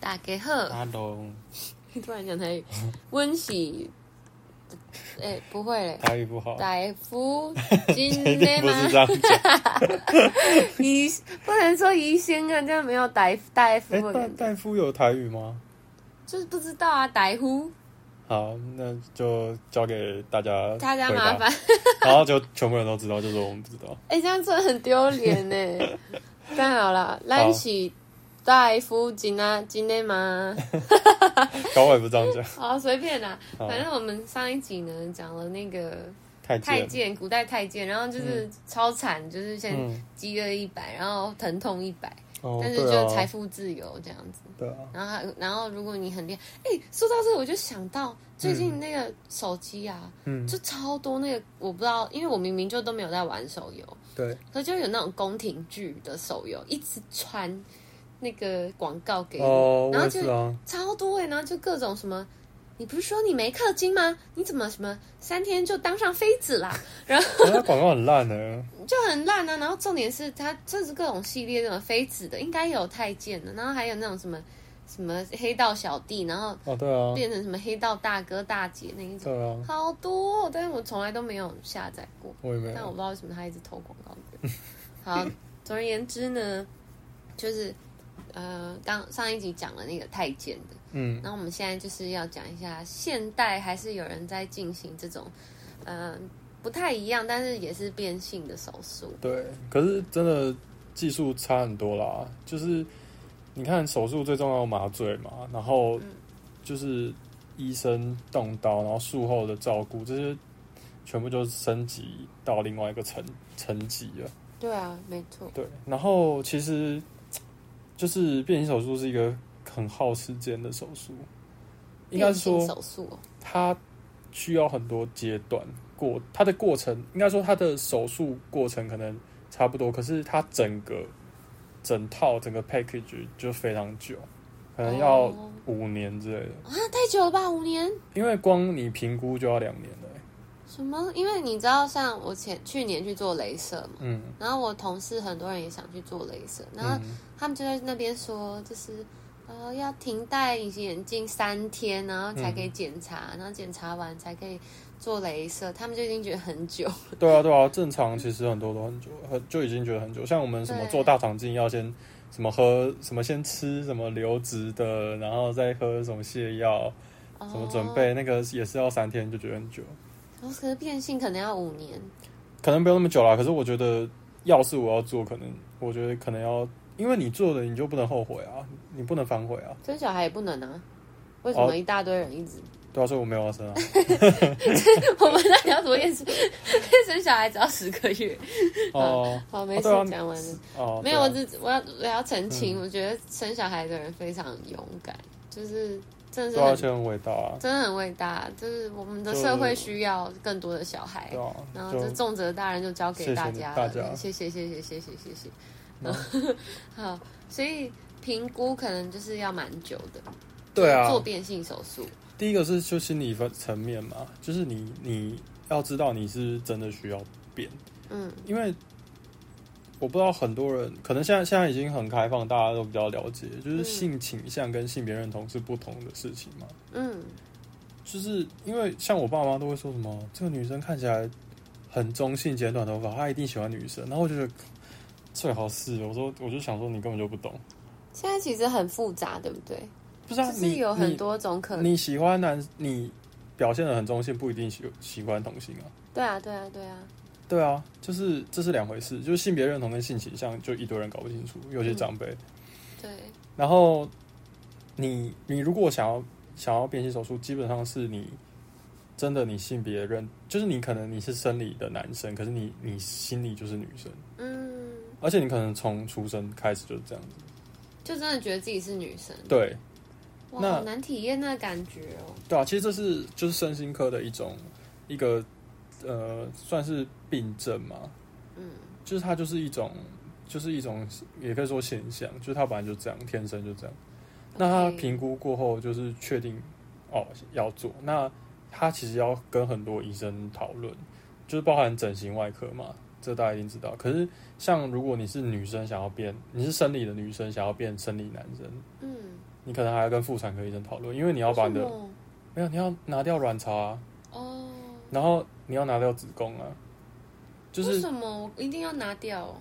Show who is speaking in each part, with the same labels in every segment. Speaker 1: 大家 好，
Speaker 2: Hello，
Speaker 1: 突然讲台语，温喜，哎、不会嘞，
Speaker 2: 台语不好，
Speaker 1: 大夫今
Speaker 2: 一定
Speaker 1: 天
Speaker 2: 不
Speaker 1: 吗
Speaker 2: 是？这样讲。
Speaker 1: 医不能说医生啊，这样没有大夫大夫
Speaker 2: 哎、
Speaker 1: 的
Speaker 2: 大
Speaker 1: 感觉，
Speaker 2: 大夫有台语吗？
Speaker 1: 就是不知道啊，大夫
Speaker 2: 好，那就交给大家
Speaker 1: 大家
Speaker 2: 回
Speaker 1: 麻
Speaker 2: 答
Speaker 1: 烦，，
Speaker 2: 然后就全部人都知道，就说我们不知道。
Speaker 1: 哎、这样真的很丢脸呢。当然好啦，咱是大夫今啊今天吗？
Speaker 2: 高伟不这样讲，
Speaker 1: 好，随便啦，
Speaker 2: 好
Speaker 1: 反正我们上一集呢讲了那个。
Speaker 2: 太
Speaker 1: 太
Speaker 2: 贱。
Speaker 1: 监，古代太监，然后就是超惨，就是先
Speaker 2: 嗯
Speaker 1: 饥饿一百，然后疼痛一百，
Speaker 2: 哦，
Speaker 1: 但是
Speaker 2: 对
Speaker 1: 就
Speaker 2: 啊，
Speaker 1: 财富自由这样子。
Speaker 2: 对啊，
Speaker 1: 然后还，然后如果你很厉害，哎，说到这个我就想到最近那个手机啊，
Speaker 2: 嗯，
Speaker 1: 就超多那个我不知道，因为我明明就都没有在玩手游，
Speaker 2: 对，啊
Speaker 1: 可就有那种宫廷剧的手游一直传那个广告给我，
Speaker 2: 哦，我
Speaker 1: 然后
Speaker 2: 也
Speaker 1: 就是
Speaker 2: 啊，
Speaker 1: 超多哎、然后就各种什么，你不是说你没氪金吗？你怎么什么三天就当上妃子啦？
Speaker 2: 可是哎他广告很烂欸呢。
Speaker 1: 就很烂啊。然后重点是它这是各种系列那种妃子的，应该也有太监的，然后还有那种什么什么黑道小弟，然后
Speaker 2: 哦，对啊，
Speaker 1: 变成什么黑道大哥大姐那一种，
Speaker 2: 对啊，
Speaker 1: 好多哦、但是我从来都没有下载过，
Speaker 2: 我也没
Speaker 1: 但我
Speaker 2: 有。
Speaker 1: 不知道为什么他一直投广告给我 好，总而言之呢，就是呃，刚上一集讲了那个太监的。
Speaker 2: 嗯，
Speaker 1: 那我们现在就是要讲一下，现代还是有人在进行这种，嗯、不太一样，但是也是变性的手术。
Speaker 2: 对，可是真的技术差很多啦。就是你看手术最重要的麻醉嘛，然后就是医生动刀，然后术后的照顾，这些全部就升级到另外一个层层级了。
Speaker 1: 对啊，没错。
Speaker 2: 对，然后其实就是变形手术是一个很耗时间的手术，应该是说
Speaker 1: 变性手术哦、
Speaker 2: 它需要很多阶段过它的过程，应该说它的手术过程可能差不多，可是它整个整套整个 package 就非常久，可能要
Speaker 1: 哦
Speaker 2: 五年之类的，
Speaker 1: 啊，太久了吧，五年？
Speaker 2: 因为光你评估就要两年了欸、
Speaker 1: 什么？因为你知道，像我前去年去做镭射嘛，
Speaker 2: 嗯
Speaker 1: 然后我同事很多人也想去做镭射，然后
Speaker 2: 嗯，
Speaker 1: 他们就在那边说，就是呃要停戴隐形眼镜三天，然后才可以检查，
Speaker 2: 嗯
Speaker 1: 然后检查完才可以做镭射，他们就已经觉得很久。
Speaker 2: 对啊对啊，正常其实很多都很久，很就已经觉得很久，像我们什么
Speaker 1: 对
Speaker 2: 做大肠镜要先。什么喝什么先吃什么流质的，然后再喝什么泻药，
Speaker 1: 哦
Speaker 2: 什么准备、那个也是要三天，就觉得很久。
Speaker 1: 然后可是变性可能要五年，
Speaker 2: 可能不用那么久啦，可是我觉得，要是我要做，可能我觉得可能要，因为你做的你就不能后悔啊，你不能反悔啊，
Speaker 1: 生小孩也不能啊。为什么
Speaker 2: 哦
Speaker 1: 一大堆人一直？
Speaker 2: 对啊，所以我没有要生啊，
Speaker 1: 我们在聊什么厌世？生小孩只要十个月。
Speaker 2: 哦
Speaker 1: 好，没事
Speaker 2: 对啊，
Speaker 1: 讲完了。
Speaker 2: 哦，
Speaker 1: 没有，我
Speaker 2: 对啊嗯
Speaker 1: 只我要我要澄清，我觉得生小孩的人非常勇敢，就是真的是
Speaker 2: 对啊，而
Speaker 1: 很
Speaker 2: 且很伟大啊，
Speaker 1: 真的很伟大，就是我们的
Speaker 2: 就是
Speaker 1: 社会需要更多的小孩
Speaker 2: 对。啊，
Speaker 1: 然后
Speaker 2: 就
Speaker 1: 这重责大人就交给大家了
Speaker 2: 谢谢大家，嗯
Speaker 1: 谢谢谢谢谢谢谢谢。然后 好，所以评估可能就是要蛮久的。
Speaker 2: 对啊
Speaker 1: 做，变性手术。
Speaker 2: 第一个是就心理分层面嘛，就是你你要知道你是真的需要变，
Speaker 1: 嗯，
Speaker 2: 因为我不知道很多人可能现在现在已经很开放，大家都比较了解，就是
Speaker 1: 嗯
Speaker 2: 性倾向跟性别认同是不同的事情嘛。
Speaker 1: 嗯，
Speaker 2: 就是因为像我爸妈都会说什么，这个女生看起来很中性，剪短头发，她一定喜欢女生。然后我就觉得最好是，我说我就想说你根本就不懂，
Speaker 1: 现在其实很复杂，对不对？
Speaker 2: 不是啊
Speaker 1: 就，是
Speaker 2: 你
Speaker 1: 有很多种可
Speaker 2: 你
Speaker 1: 能。
Speaker 2: 你喜欢男，你表现的很中性，不一定喜喜欢同性啊。
Speaker 1: 对啊，对啊，对啊，
Speaker 2: 对啊，就是这是两回事，就是性别认同跟性倾向，就一堆人搞不清楚，有些长辈。
Speaker 1: 对，
Speaker 2: 然后你你如果想要想要变性手术，基本上是你真的你性别认，就是你可能你是生理的男生，可是你你心里就是女生，
Speaker 1: 嗯，
Speaker 2: 而且你可能从出生开始就是这样子。
Speaker 1: 就真的觉得自己是女生，
Speaker 2: 对
Speaker 1: 哇，
Speaker 2: 那
Speaker 1: 好难体验那感觉哦。
Speaker 2: 对啊，其实这是就是身心科的一种一个呃算是病症嘛，
Speaker 1: 嗯，
Speaker 2: 就是它就是一种就是一种也可以说现象，就是它本来就这样，天生就这样。那他
Speaker 1: OK
Speaker 2: 评估过后就是确定哦要做，那他其实要跟很多医生讨论，就是包含整形外科嘛，这大家一定知道。可是像如果你是女生想要变，你是生理的女生想要变生理男生，
Speaker 1: 嗯，
Speaker 2: 你可能还要跟妇产科医生讨论，因为你要把你的
Speaker 1: 为什么
Speaker 2: 没有，你要拿掉卵巢、啊，
Speaker 1: 哦，
Speaker 2: 然后你要拿掉子宫啊，就
Speaker 1: 为
Speaker 2: 是
Speaker 1: 什么我一定要拿掉、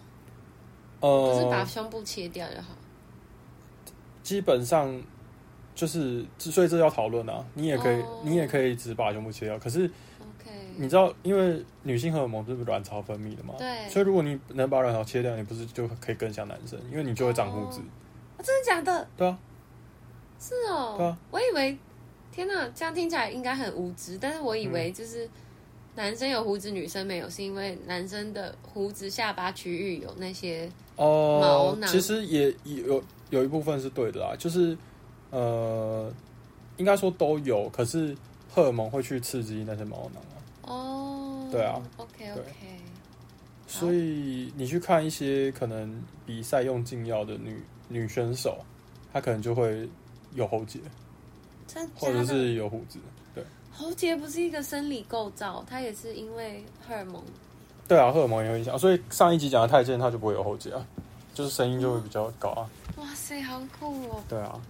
Speaker 1: 哦？不是把
Speaker 2: 呃，
Speaker 1: 胸部切掉就好。
Speaker 2: 基本上就是，所以这要讨论啊。你也可以，
Speaker 1: 哦
Speaker 2: 你也可以只把胸部切掉，可是
Speaker 1: OK，
Speaker 2: 你知道，因为女性荷尔蒙是卵巢分泌的嘛，
Speaker 1: 对
Speaker 2: 哦
Speaker 1: 啊
Speaker 2: 所以如果你能把卵巢切掉，你不是就可以更像男生，因为你就会长胡子，
Speaker 1: 哦真的假的？
Speaker 2: 对啊，
Speaker 1: 是哦。
Speaker 2: 对啊
Speaker 1: 我以为，天哪，这样听起来应该很无知，但是我以
Speaker 2: 嗯
Speaker 1: 为就是男生有胡子，女生没有，是因为男生的胡子下巴区域有那些毛
Speaker 2: 哦、
Speaker 1: 囊
Speaker 2: 其实也也有有一部分是对的啦，就是呃，应该说都有，可是荷尔蒙会去刺激那些毛囊啊，
Speaker 1: 哦。
Speaker 2: 对啊。
Speaker 1: OK OK，
Speaker 2: 所以你去看一些可能比赛用禁药的女女选手，她可能就会有喉结，
Speaker 1: 真
Speaker 2: 或
Speaker 1: 假
Speaker 2: 者
Speaker 1: 的
Speaker 2: 是有胡子。
Speaker 1: 喉结不是一个生理构造，它也是因为荷尔蒙。
Speaker 2: 对啊，荷尔蒙也有影响，所以上一集讲的太监，她就不会有喉结啊，就是声音就会比较高啊。
Speaker 1: 哇塞，好酷哦！
Speaker 2: 对啊，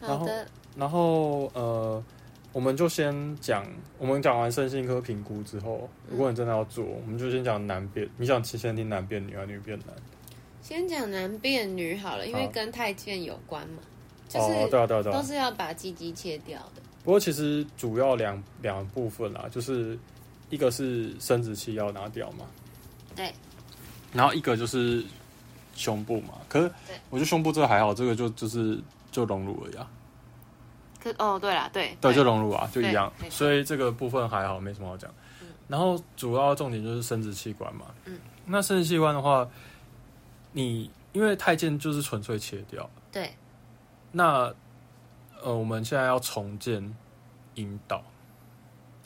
Speaker 2: 然
Speaker 1: 好
Speaker 2: 后
Speaker 1: 的，
Speaker 2: 然后呃，我们就先讲，我们讲完身心科评估之后，
Speaker 1: 嗯
Speaker 2: 如果你真的要做，我们就先讲男变，你想先听男变女还啊是女变男？
Speaker 1: 先讲男变女好了，因为
Speaker 2: 好
Speaker 1: 跟太监有关嘛，就
Speaker 2: 哦，对
Speaker 1: 是
Speaker 2: 啊，对啊，对啊
Speaker 1: 都。是要把鸡鸡切掉的。
Speaker 2: 不过其实主要两两部分啦，就是一个是生殖器要拿掉嘛，
Speaker 1: 对，
Speaker 2: 然后一个就是胸部嘛。可是
Speaker 1: 对
Speaker 2: 我觉得胸部这个还好，这个就就是就隆乳而已啊，
Speaker 1: 可哦，对啦，对，
Speaker 2: 对，就隆乳啊，就
Speaker 1: 对
Speaker 2: 一样
Speaker 1: 没。错
Speaker 2: 所以这个部分还好，没什么好讲。然后主要重点就是生殖器官嘛。
Speaker 1: 嗯。
Speaker 2: 那生殖器官的话，你因为太监就是纯粹切掉，
Speaker 1: 对，
Speaker 2: 那呃我们现在要重建阴道，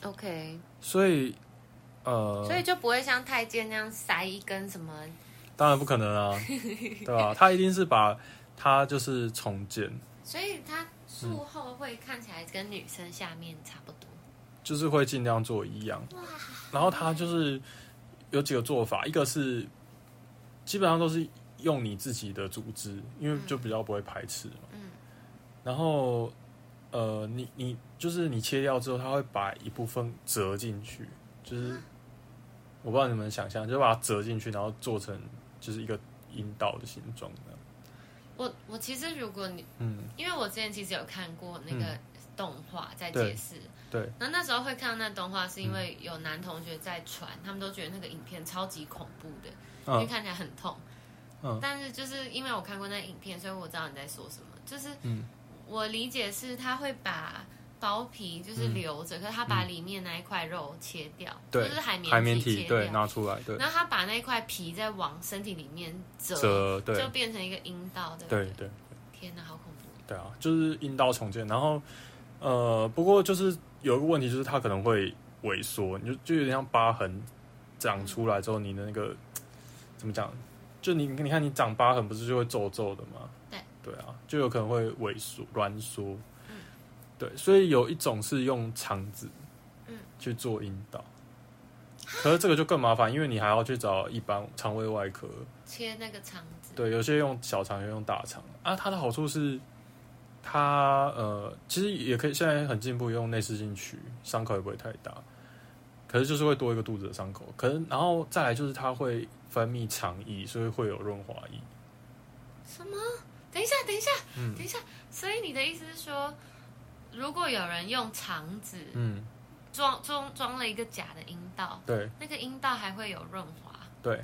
Speaker 1: OK，
Speaker 2: 所以呃，
Speaker 1: 所以就不会像太监那样塞一根什么。
Speaker 2: 当然不可 能啊，对吧、他一定是把他就是重建，
Speaker 1: 所以它术后会看起来跟女生下面差不多。
Speaker 2: 就是会尽量做一样。然后他就是有几个做法，一个是基本上都是用你自己的组织，因为就比较不会排斥嘛。
Speaker 1: 嗯
Speaker 2: 然后呃，你你就是你切掉之后，他会把一部分折进去，就是
Speaker 1: 啊
Speaker 2: 我不知道你们想象，就把它折进去，然后做成就是一个阴道的形状这样。
Speaker 1: 我我其实如果你，
Speaker 2: 嗯，
Speaker 1: 因为我之前其实有看过那个动画在
Speaker 2: 对
Speaker 1: 解释，
Speaker 2: 对。
Speaker 1: 然后那时候会看到那动画，
Speaker 2: 嗯
Speaker 1: 是因为有男同学在传，他们都觉得那个影片超级恐怖的，因为
Speaker 2: 嗯
Speaker 1: 看起来很痛。
Speaker 2: 嗯
Speaker 1: 但是就是因为我看过那影片，所以我知道你在说什么。就是
Speaker 2: 嗯
Speaker 1: 我理解是他会把包皮就是留着，可是他把里面那一块肉切掉，
Speaker 2: 嗯对，
Speaker 1: 就是海绵
Speaker 2: 海绵
Speaker 1: 体
Speaker 2: 体
Speaker 1: 切
Speaker 2: 对
Speaker 1: 掉，
Speaker 2: 拿出来，对
Speaker 1: 然后他把那一块皮再往身体里面折，
Speaker 2: 折对
Speaker 1: 就变成一个阴道，对不
Speaker 2: 对
Speaker 1: 对？
Speaker 2: 对
Speaker 1: 天哪，好恐怖！
Speaker 2: 对啊，就是阴道重建，然后呃，不过就是有一个问题，就是它可能会萎缩，你就就有点像疤痕长出来之后，你的那个怎么讲？就你你看你长疤痕不是就会皱皱的吗？
Speaker 1: 对
Speaker 2: 对啊，就有可能会萎缩挛缩。对，所以有一种是用肠子
Speaker 1: 嗯
Speaker 2: 去做阴道，可是这个就更麻烦，因为你还要去找一般肠胃外科。
Speaker 1: 切那个肠子，
Speaker 2: 对，有些用小肠，有些用大肠啊。它的好处是，它呃，其实也可以现在很进步，用内视镜取，伤口也不会太大。可是就是会多一个肚子的伤口，可是然后再来就是它会分泌肠液，所以会有润滑液。
Speaker 1: 什么？等一下，等一下，
Speaker 2: 嗯
Speaker 1: 等一下。所以你的意思是说，如果有人用肠子
Speaker 2: 嗯，
Speaker 1: 装装装了一个假的阴道，
Speaker 2: 对
Speaker 1: 那个阴道还会有润滑，
Speaker 2: 对。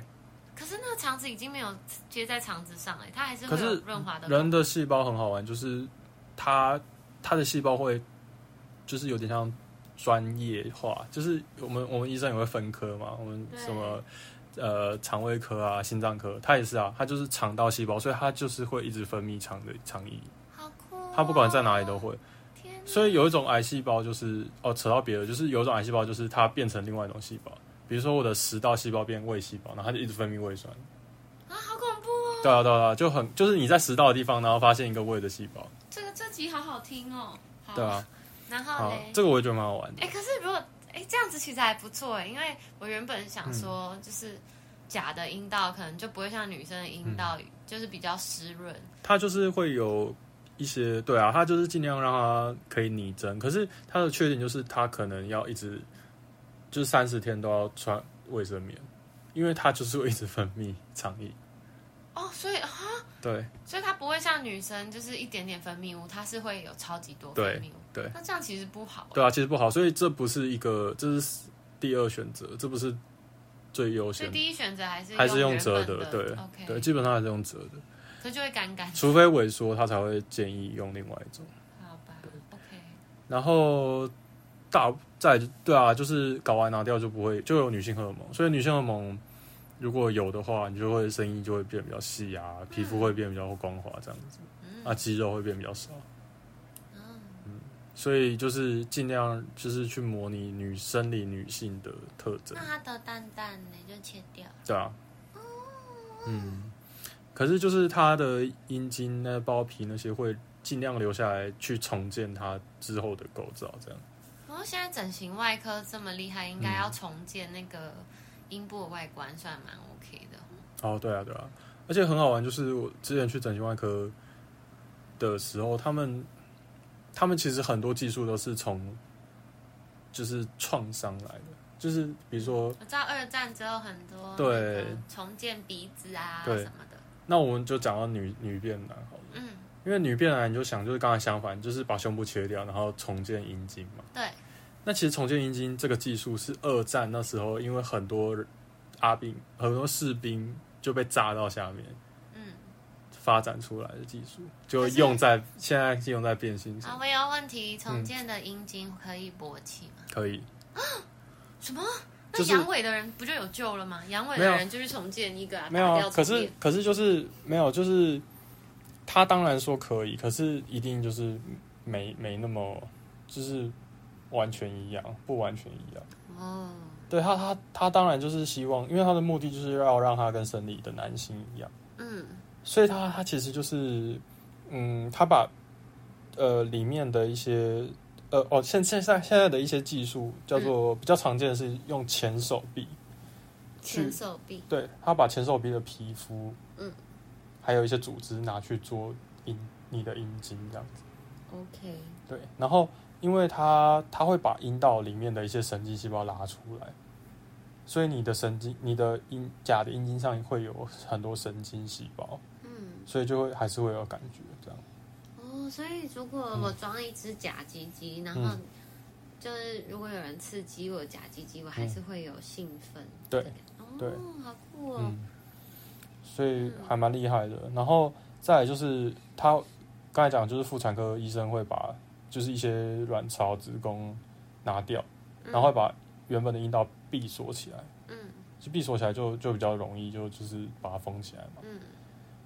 Speaker 1: 可是那个肠子已经没有接在肠子上了，它还是
Speaker 2: 可
Speaker 1: 会
Speaker 2: 是
Speaker 1: 有润滑的。
Speaker 2: 人的细胞很好玩，就是它它的细胞会就是有点像专业化，就是我们我们医生也会分科嘛，我们
Speaker 1: 对
Speaker 2: 什么呃肠胃科啊、心脏科，它也是啊，它就是肠道细胞，所以它就是会一直分泌肠的肠液，
Speaker 1: 好酷、哦！
Speaker 2: 它不管在哪里都。会。
Speaker 1: 天哪，
Speaker 2: 所以有一种癌细胞就是哦，扯到别的，就是有一种癌细胞就是它变成另外一种细胞，比如说我的食道细胞变胃细胞，然后它就一直分泌胃酸。
Speaker 1: 啊，好恐怖哦！
Speaker 2: 对啊，对啊，对啊就很就是你在食道的地方，然后发现一个胃的细胞。
Speaker 1: 这个这集好好听哦。好
Speaker 2: 对啊，，
Speaker 1: 然后
Speaker 2: 好
Speaker 1: 嘞，，
Speaker 2: 这个我也觉得蛮好玩的。
Speaker 1: 哎、可是如果哎、这样子其实还不错哎，因为我原本想
Speaker 2: 嗯
Speaker 1: 说，就是假的
Speaker 2: 嗯
Speaker 1: 阴道可能就不会像女生的阴道、就是比较湿润，
Speaker 2: 它就是会有一些对啊，他就是尽量让他可以拟真，可是他的缺点就是他可能要一直就是三十天都要穿卫生棉，因为他就是会一直分泌肠液。
Speaker 1: 哦，所以
Speaker 2: 对
Speaker 1: 所以它不会像女生就是一点点分泌物，它是会有超级多分泌物。
Speaker 2: 对，
Speaker 1: 那这样其实不好、
Speaker 2: 对啊，其实不好，所以这不是一个，这是第二选择，这不是最优
Speaker 1: 所以
Speaker 2: 先的。
Speaker 1: 第一选择还是
Speaker 2: 还是用
Speaker 1: 原
Speaker 2: 折
Speaker 1: 本的，
Speaker 2: 对
Speaker 1: ，OK，
Speaker 2: 对，基本上还是用折的，
Speaker 1: 所以就会干干。
Speaker 2: 除非萎缩，他才会建议用另外一种。
Speaker 1: 好吧，OK，
Speaker 2: 然后大再对啊，就是睾丸拿掉就不会就有女性荷尔蒙，所以女性荷尔蒙如果有的话，你就会声音就会变比较细啊，皮肤会变比较光滑这样子，啊，肌肉会变比较少。
Speaker 1: 嗯，
Speaker 2: 所以就是尽量就是去模拟女生理女性的特征
Speaker 1: 那，它的蛋蛋呢就切掉了。
Speaker 2: 对啊，嗯，可是就是她的阴茎、那包皮那些会尽量留下来去重建它之后的构造，这样。
Speaker 1: 然后现在整形外科这么厉害，应该
Speaker 2: 嗯
Speaker 1: 要重建那个阴部的外观，算蛮 OK 的。
Speaker 2: 哦，对啊，对啊，而且很好玩，就是我之前去整形外科的时候，他们他们其实很多技术都是从就是创伤来的，就是比如说，
Speaker 1: 我知道二战之后很多
Speaker 2: 对
Speaker 1: 那个重建鼻子啊
Speaker 2: 对
Speaker 1: 什么的，
Speaker 2: 那我们就讲到女女变男好了，
Speaker 1: 嗯，
Speaker 2: 因为女变男你就想就是刚才相反，就是把胸部切掉，然后重建阴茎嘛。
Speaker 1: 对，
Speaker 2: 那其实重建阴茎这个技术是二战那时候，因为很多阿兵很多士兵就被炸到下面
Speaker 1: 嗯。
Speaker 2: 发展出来的技术，就
Speaker 1: 可是
Speaker 2: 用在现在是用在变性上
Speaker 1: 啊，。我有问题，重
Speaker 2: 嗯
Speaker 1: 建的阴茎可以勃起吗？
Speaker 2: 可以，
Speaker 1: 什么？那
Speaker 2: 就是
Speaker 1: 阳痿的人不就有救了吗？阳痿
Speaker 2: 没
Speaker 1: 的
Speaker 2: 有
Speaker 1: 人就是重建一个啊，
Speaker 2: 没有
Speaker 1: 打
Speaker 2: 啊
Speaker 1: 掉。重
Speaker 2: 可是
Speaker 1: 练
Speaker 2: 可是就是没有，就是他当然说可以，可是一定就是没没那么就是完全一样，不完全一样。
Speaker 1: 哦，
Speaker 2: 对他他他当然就是希望，因为他的目的就是要让他跟生理的男性一样，
Speaker 1: 嗯，
Speaker 2: 所以他他其实就是嗯，他把呃里面的一些。呃哦，现现在现在的一些技术叫
Speaker 1: 嗯
Speaker 2: 做比较常见的是用前手臂，去
Speaker 1: 前手臂，
Speaker 2: 对他把前手臂的皮肤，
Speaker 1: 嗯，
Speaker 2: 还有一些组织拿去做阴你的阴茎这样子。
Speaker 1: OK，
Speaker 2: 对，然后因为它它会把阴道里面的一些神经细胞拉出来，所以你的神经、你的阴假的阴茎上会有很多神经细胞，
Speaker 1: 嗯，
Speaker 2: 所以就会还是会有感觉这样。
Speaker 1: 哦，所以如
Speaker 2: 嗯
Speaker 1: 果我装一只假鸡鸡，然后就是如果有人刺激我假鸡鸡，我还是会有兴奋。
Speaker 2: 嗯对，对
Speaker 1: 哦，好酷哦，
Speaker 2: 嗯，所以还蛮厉害的。然后再来就是他刚才讲，就是妇产科医生会把就是一些卵巢、子宫拿掉，
Speaker 1: 嗯
Speaker 2: 然后会把原本的阴道闭锁起来，
Speaker 1: 嗯
Speaker 2: 就闭锁起来就就比较容易就就是把它封起来嘛。
Speaker 1: 嗯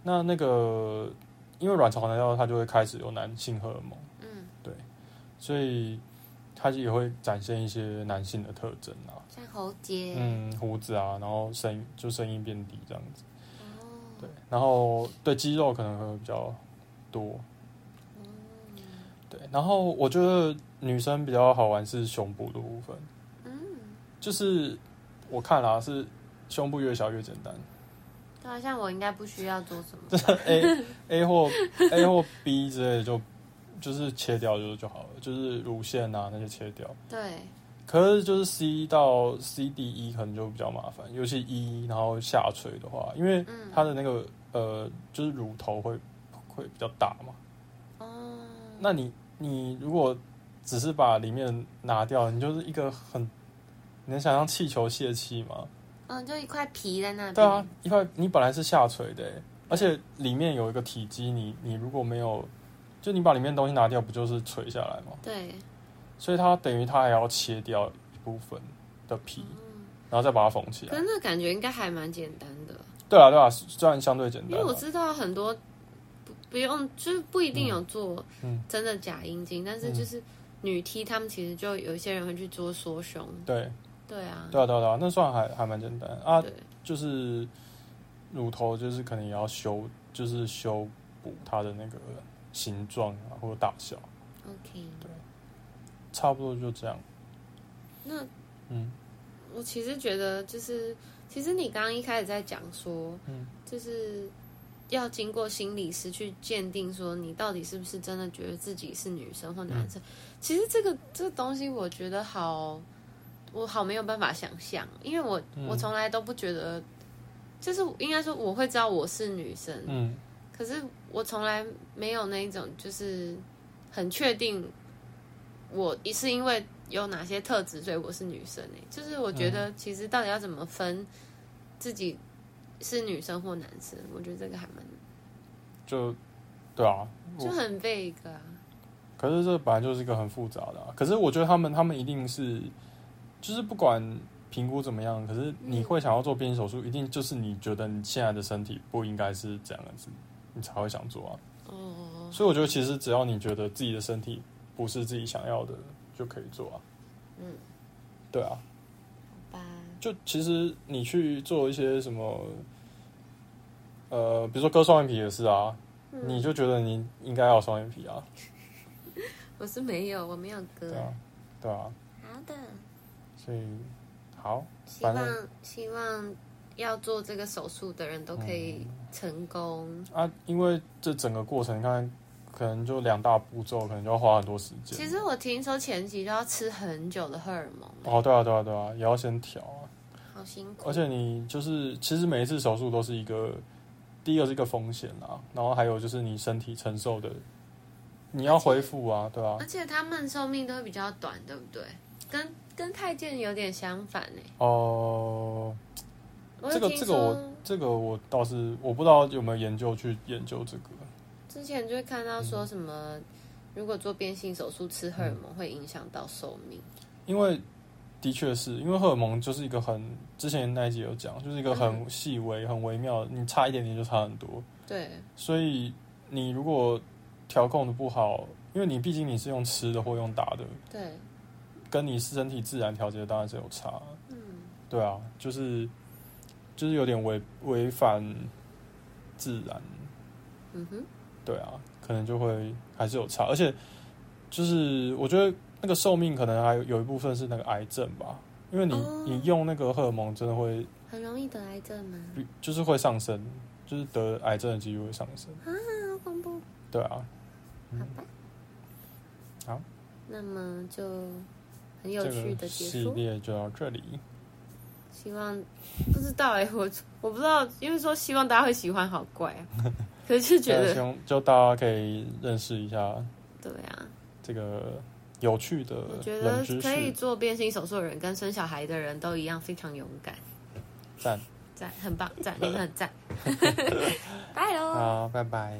Speaker 2: 那那个因为卵巢拿掉，它就会开始有男性荷尔蒙，
Speaker 1: 嗯，
Speaker 2: 所以它也会展现一些男性的特征啊，
Speaker 1: 像喉结，
Speaker 2: 嗯，胡子啊，然后声音就声音变低这样子。
Speaker 1: 哦，
Speaker 2: 对，然后对肌肉可能会比较多。
Speaker 1: 嗯
Speaker 2: 对，然后我觉得女生比较好玩是胸部的部分，
Speaker 1: 嗯，
Speaker 2: 就是我看啦、是胸部越小越简单
Speaker 1: 对啊，像我应该不需要做什么。
Speaker 2: ，A A 或 A 或 B 之类的就就是切掉就就好了，就是乳腺啊那些切掉。
Speaker 1: 对，
Speaker 2: 可是就是 C 到 C D E 可能就比较麻烦，尤其 E 然后下垂的话，因为
Speaker 1: 嗯
Speaker 2: 它的那个呃就是乳头会会比较大嘛，
Speaker 1: 哦，
Speaker 2: 那你你如果只是把里面拿掉，你就是一个很，你能想象气球泄气吗？
Speaker 1: 嗯，就一块皮在那边。
Speaker 2: 对啊，，一块你本来是下垂的欸、而且里面有一个体积，你你如果没有，就你把里面东西拿掉，不就是垂下来吗？
Speaker 1: 对，
Speaker 2: 所以它等于它还要切掉一部分的皮，然后再把它缝起
Speaker 1: 嗯可
Speaker 2: 来
Speaker 1: 是。那感觉应该还蛮简单的，
Speaker 2: 对啊对啊，虽然相对简
Speaker 1: 因
Speaker 2: 单
Speaker 1: 为
Speaker 2: 啊，
Speaker 1: 我知道很多不不用，就是不一定有做
Speaker 2: 嗯
Speaker 1: 真的假阴茎，但是就是女 T 他们其实就有一些人会去做缩胸，
Speaker 2: 对
Speaker 1: 对啊，
Speaker 2: 对啊对啊对啊，那算还还蛮简单啊，
Speaker 1: 对
Speaker 2: 就是乳头就是可能也要修，就是修补它的那个形状啊或者大小，
Speaker 1: ，OK。
Speaker 2: 差不多就这样。
Speaker 1: 那
Speaker 2: 嗯，
Speaker 1: 我其实觉得就是，其实你刚刚一开始在讲说，
Speaker 2: 嗯
Speaker 1: 就是要经过心理师去鉴定，说你到底是不是真的觉得自己是女生或男生。其实这个这个东西，我觉得好，我好没有办法想象，因为我、我从来都不觉得，就是应该说我会知道我是女生，
Speaker 2: 嗯
Speaker 1: 可是我从来没有那一种就是很确定我是因为有哪些特质，所以我是女生诶、就是我觉
Speaker 2: 嗯
Speaker 1: 得其实到底要怎么分自己是女生或男生，我觉得这个还蛮
Speaker 2: 就对啊，我
Speaker 1: 就很 vague 啊。
Speaker 2: 可是这本来就是一个很复杂的啊、可是我觉得他们他们一定是，就是不管评估怎么样，可是你会想要做变性手术，一定就是你觉得你现在的身体不应该是这样子，你才会想做啊。
Speaker 1: 哦，
Speaker 2: 所以我觉得其实只要你觉得自己的身体不是自己想要的，就可以做啊。
Speaker 1: 嗯，
Speaker 2: 对啊，
Speaker 1: 好吧，
Speaker 2: 就其实你去做一些什么，呃，比如说割双眼皮也是啊，
Speaker 1: 嗯
Speaker 2: 你就觉得你应该要双眼皮啊，
Speaker 1: 我是没有，我没有割
Speaker 2: 对。啊，对啊，
Speaker 1: 好的，
Speaker 2: 所以好。
Speaker 1: 希
Speaker 2: 反
Speaker 1: 望希望要做这个手术的人都可以
Speaker 2: 嗯
Speaker 1: 成功。
Speaker 2: 啊，因为这整个过程，你看，可能就两大步骤，可能就要花很多时间。
Speaker 1: 其实我听说前期都要吃很久的荷尔蒙，欸
Speaker 2: 哦，对啊，对啊，对啊，也要先调啊。
Speaker 1: 好辛苦。
Speaker 2: 而且你就是，其实每一次手术都是一个，第一个是一个风险啦，然后还有就是你身体承受的，你要恢复啊，对啊
Speaker 1: 而。且他们寿命都会比较短，对不对？跟跟太监有点相反呢。
Speaker 2: 哦、
Speaker 1: 我
Speaker 2: 这
Speaker 1: 有
Speaker 2: 个
Speaker 1: 听
Speaker 2: 这
Speaker 1: 说
Speaker 2: 个我这个我倒是我不知道有没有研究去研究这个。
Speaker 1: 之前就会看到说什么，如果做变性手术吃荷尔蒙会影响到寿命。
Speaker 2: 因为的确是因为荷尔蒙就是一个很之前那一集有讲，就是一个很
Speaker 1: 嗯
Speaker 2: 细微、很微妙，你差一点点就差很多。
Speaker 1: 对，
Speaker 2: 所以你如果调控的不好，因为你毕竟你是用吃的或用打的，
Speaker 1: 对，
Speaker 2: 跟你身体自然调节当然是有差。
Speaker 1: 嗯，
Speaker 2: 对啊，就是就是有点违违反自然，
Speaker 1: 嗯哼，
Speaker 2: 对啊，可能就会还是有差。而且就是我觉得那个寿命可能还有有一部分是那个癌症吧，因为你、
Speaker 1: 哦
Speaker 2: 你用那个荷尔蒙真的会
Speaker 1: 很容易得癌症吗？
Speaker 2: 就是会上升，就是得癌症的几率会上升。
Speaker 1: 好恐怖。
Speaker 2: 对啊，
Speaker 1: 嗯好吧。
Speaker 2: 好。
Speaker 1: 那么就很有
Speaker 2: 这
Speaker 1: 趣
Speaker 2: 个
Speaker 1: 的结
Speaker 2: 系
Speaker 1: 束。
Speaker 2: 列就到这里。
Speaker 1: 希望不知道哎、我我不知道，因为说希望大家会喜欢，好怪 啊。可是就觉
Speaker 2: 对希
Speaker 1: 得，
Speaker 2: 望就大家可以认识一下
Speaker 1: 对啊，
Speaker 2: 这个有趣的
Speaker 1: 我觉得
Speaker 2: 冷知
Speaker 1: 可以
Speaker 2: 识，
Speaker 1: 做变性手术的人跟生小孩的人都一样，非常勇敢，
Speaker 2: 赞
Speaker 1: 赞，很棒，赞，你们很赞，拜喽。
Speaker 2: 好，拜拜。